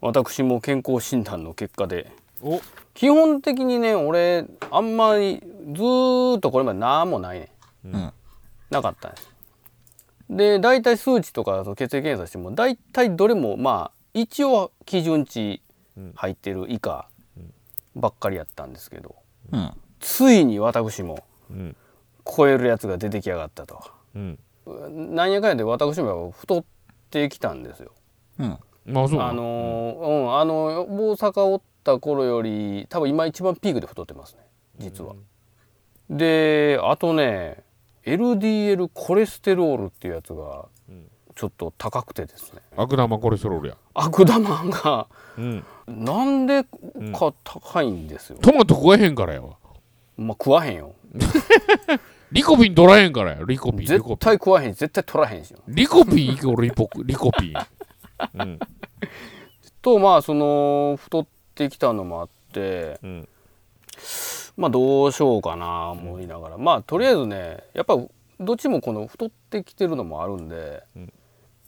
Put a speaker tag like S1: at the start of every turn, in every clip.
S1: 私も健康診断の結果で
S2: お
S1: 基本的にね俺あんまりずーっとこれまで何もないね
S3: うん
S1: なかったんですで大体数値とかその血液検査しても大体どれもまあ一応基準値入ってる以下ばっかりやったんですけど
S3: うん
S1: ついに私も
S2: うん
S1: 超えるやつが出てきやがったと
S2: うん
S1: なんやかんやで私も太ってきたんですよ
S3: うん
S2: まあそう
S1: あのーうん、あの大阪おった頃より多分今一番ピークで太ってますね実は。であとね LDL コレステロールっていうやつが
S2: うん
S1: ちょっと高くてですね
S2: 悪玉コレステロールや
S1: 悪玉が
S2: うん
S1: なんでか高いんですよ、
S2: トマト食えへんからやわ
S1: まあ食わへんよ
S2: リコピン取らへんからやリコピンリ
S1: 絶
S2: コピン
S1: 対食わへんし絶対取らへんし
S2: リコピンイコールリポリコピンうん
S1: とまあその太ってきたのもあって
S2: うん
S1: まあどうしようかな思いながら、まあとりあえずねやっぱどっちもこの太ってきてるのもあるんで、
S2: うん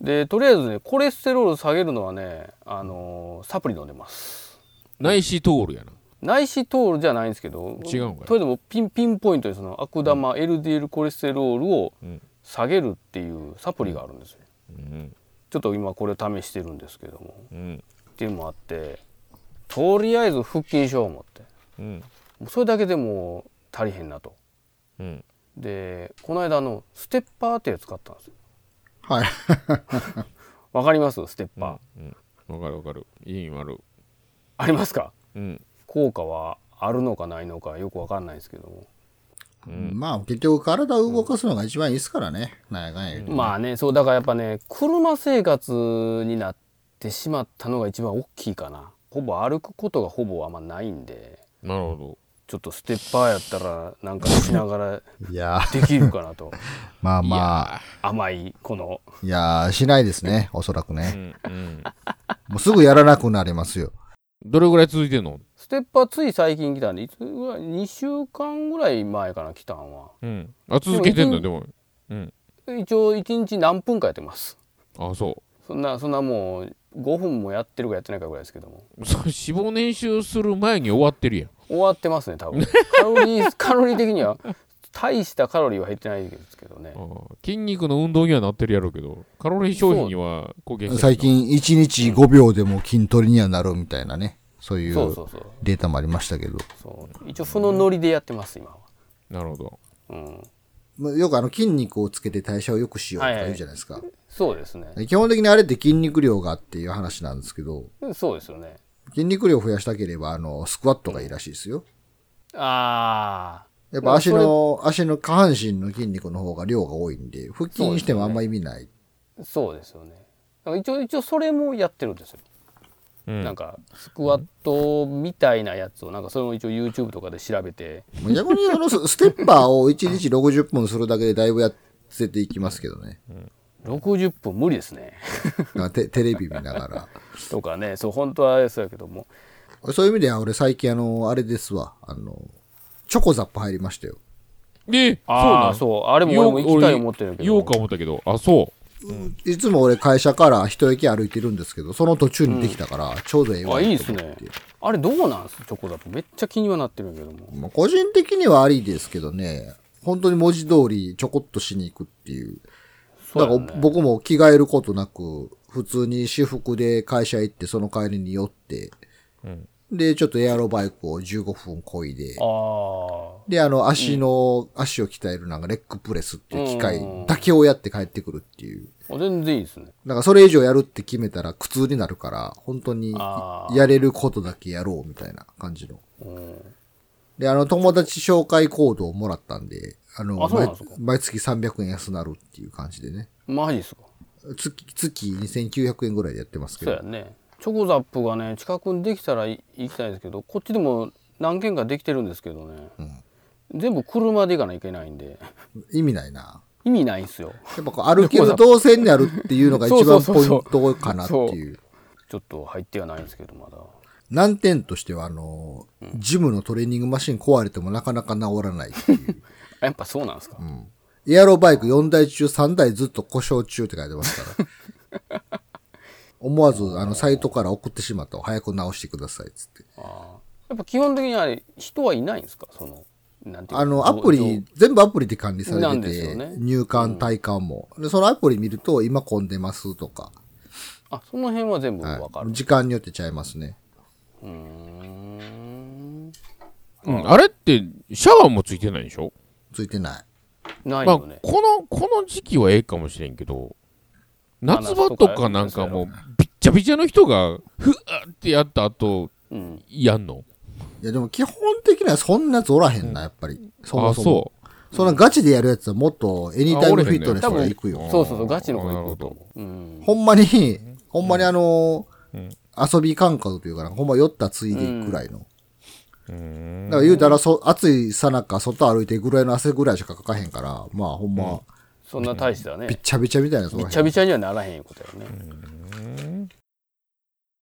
S1: でとりあえずねコレステロール下げるのはねあのーサプリ飲んでます
S2: ナイシトールやな
S1: 内視トールじゃないんですけど
S2: 違うんかい
S1: とりあえずもうピンピンポイントでその悪玉 LDL コレステロールを
S2: うん
S1: 下げるっていうサプリがあるんですよ、
S2: うん
S1: ちょっと今これ試してるんですけども
S2: うん
S1: っていうのもあってとりあえず腹筋しよう思って
S2: うん
S1: もうそれだけでもう足りへんなと
S2: うん
S1: でこの間あのステッパーってやつ買ったんですよ
S3: はい
S1: わかりますステッパー、
S2: うんわかるわかるいいわる
S1: ありますか
S2: うん
S1: 効果はあるのかないのかよくわかんないですけども、
S3: まあ結局体を動かすのが一番いいですからね。なんやかんや言うて。
S1: まあねそうだからやっぱね車生活になってしまったのが一番大きいかなほぼ歩くことがほぼあんまないんで
S2: なるほ
S1: ちょっとステッパーやったらなんかしながら
S3: いやー、
S1: できるかなと
S3: まあ
S2: ど
S3: まあ、
S1: 甘いこの
S3: いやー、しないですね。おそらく
S2: う
S3: ね。
S2: んうん
S3: もうすぐやらなくなりますよ。
S2: どれぐらい続いてんの
S1: ステッパーつい最近来たんでいつぐらい2週間ぐらい前かな来たんは
S2: うんあ続けてんだで
S1: で
S2: もうん
S1: 一応1日何分かやってます
S2: あそ
S1: そんなそんなもう5分もやってるかやってないかぐらいですけども
S2: うそれ脂肪燃焼する前に終わってるやん
S1: 終わってますね多 分カロリーカロリー的には大したカロリーは減ってないですけどね
S2: あー筋肉の運動にはなってるやろうけどカロリー消費には貢献してない
S3: 最近1日5秒でも筋トレにはなるみたいなね。そうい
S1: そう
S3: う
S1: そうそう
S3: データもありましたけど。
S1: そう一応そのノリでやってます今は
S2: なるほど
S1: うん
S3: まあよくあの筋肉をつけて代謝を良くしようとか言うじゃないですか。
S1: そうですね
S3: 基本的にあれって筋肉量がっていう話なんですけど、
S1: そうですよね
S3: 筋肉量を増やしたければ、あの、スクワットがいいらしいですよ。
S1: あ
S3: やっぱ足の、足の下半身の筋肉の方が量が多いんで、腹筋してもあんま意味ない。
S1: あそうですよねだから一応一応それもやってるんですよ
S2: うん
S1: なんかスクワットみたいなやつをなんかそれも一応 YouTube とかで調べて
S3: 逆にあの、スステッパーを1日60分するだけでだいぶやせていきますけどね。
S1: 60分無理ですね
S3: まあテテレビ見なが
S1: とかねそう本当はあれですけども
S3: ら。そういう意味では俺最近あの、あれですわ。あの、チョコザップ入りましたよ。
S2: え
S1: ああ
S2: そう
S1: そうあれ
S2: なん
S1: も俺も行きたい思ってるけ
S2: 言おう
S1: ど
S2: か思ったけどあそ
S3: いつも俺会社から一駅歩いてるんですけど、その途中にできたから、ちょうどええわ
S1: あ
S3: と
S1: い
S3: 思
S1: い
S3: っ
S1: で
S3: て。
S1: すねあれどうなんすチョコザップめっちゃ気にはなってるんやけども
S3: まあ個人的にはありですけどね、本当に文字通りちょこっとしに行くっていう。
S1: そうや
S3: だ
S1: ん
S3: から
S1: ね
S3: 僕も着替えることなく、普通に私服で会社行って、その帰りに寄って、で、ちょっとエアロバイクを15分こいで
S1: あ、あ
S3: で、あの、足の、足を鍛えるなんかレッグプレスっていう機械だけをやって帰ってくるっていう。
S1: あ全然いいですね
S3: なんかそれ以上やるって決めたら苦痛になるから、本当に
S1: あー
S3: やれることだけやろうみたいな感じの。
S1: うん
S3: で、あの、友達紹介コードをもらったんで、あの、
S1: あそうなん
S3: 毎
S1: ですか
S3: 毎月300円安なるっていう感じでね。
S1: マジっすか
S3: 月、月2900円ぐらいでやってますけ
S1: そう
S3: ど
S1: や。ねチョコザップがね近くにできたらい行きたいんですけどこっちでも何軒かできてるんですけどね、全部車で行かないといけないんで
S3: 意味ないな。
S1: 意味ないんすよ
S3: やっぱこう歩ける動線にあるっていうのが一番
S1: そ
S3: ポ
S1: うそう
S3: イ
S1: そう そう
S3: ントかなっていう。
S1: ちょっと入ってはないんですけどまだ
S3: 難点としては、あの、ジムのトレーニングマシン壊れてもなかなか治らないって いう。
S1: あやっぱそうなんですか、
S3: エアロバイク4台中3台ずっと故障中って書いてますから。思わず、あの、サイトから送ってしまったを早く直してください、つって。
S1: あーやっぱ基本的には人はいないんですかそのなんていう
S3: あの、ア
S1: どう
S3: プ
S1: どう
S3: リ、全部アプリで管理さ
S1: な
S3: れ
S1: ん
S3: て
S1: ですよ
S3: て、
S1: ね
S3: 入管、退管も。で、そのアプリ見ると、今混んでますとか、
S1: あその辺は全部わか
S3: は
S1: る、
S3: い、時間によってちゃいますね。
S1: うーん
S2: うん、あれってシャワーもついてないでしょ、
S3: ついてない。
S1: ない
S2: まあ、
S1: よ
S2: こ
S1: ね、
S2: のこの時期はええかもしれんけど夏場とかなんかもう
S1: ま
S2: びっちゃびちゃの人がふわってやった後
S1: うん、
S2: やんの
S3: いや、でも基本的にはそんなやつおらへんな、やっぱり。そも
S2: あ
S3: そも。
S2: そ
S3: そんなガチでやるやつはもっと、エニタイムフィットネス
S1: 多
S3: とか
S1: 分
S3: 行くよ。
S1: そうそうそうガチの方行くと思う、うん、
S3: ほんまに、ほんまにあの、遊び感覚というかな、ほんま酔ったついでくらいの。
S2: ううーん
S3: だから言うたら、そ暑いさなか外歩いてぐらいの汗ぐらいしかかかへんから、まあほんま、
S1: そんな大してはね
S3: びっちゃびちゃみたいな、その
S1: びちゃ
S3: 辺。
S1: びちゃにはならへんことやね、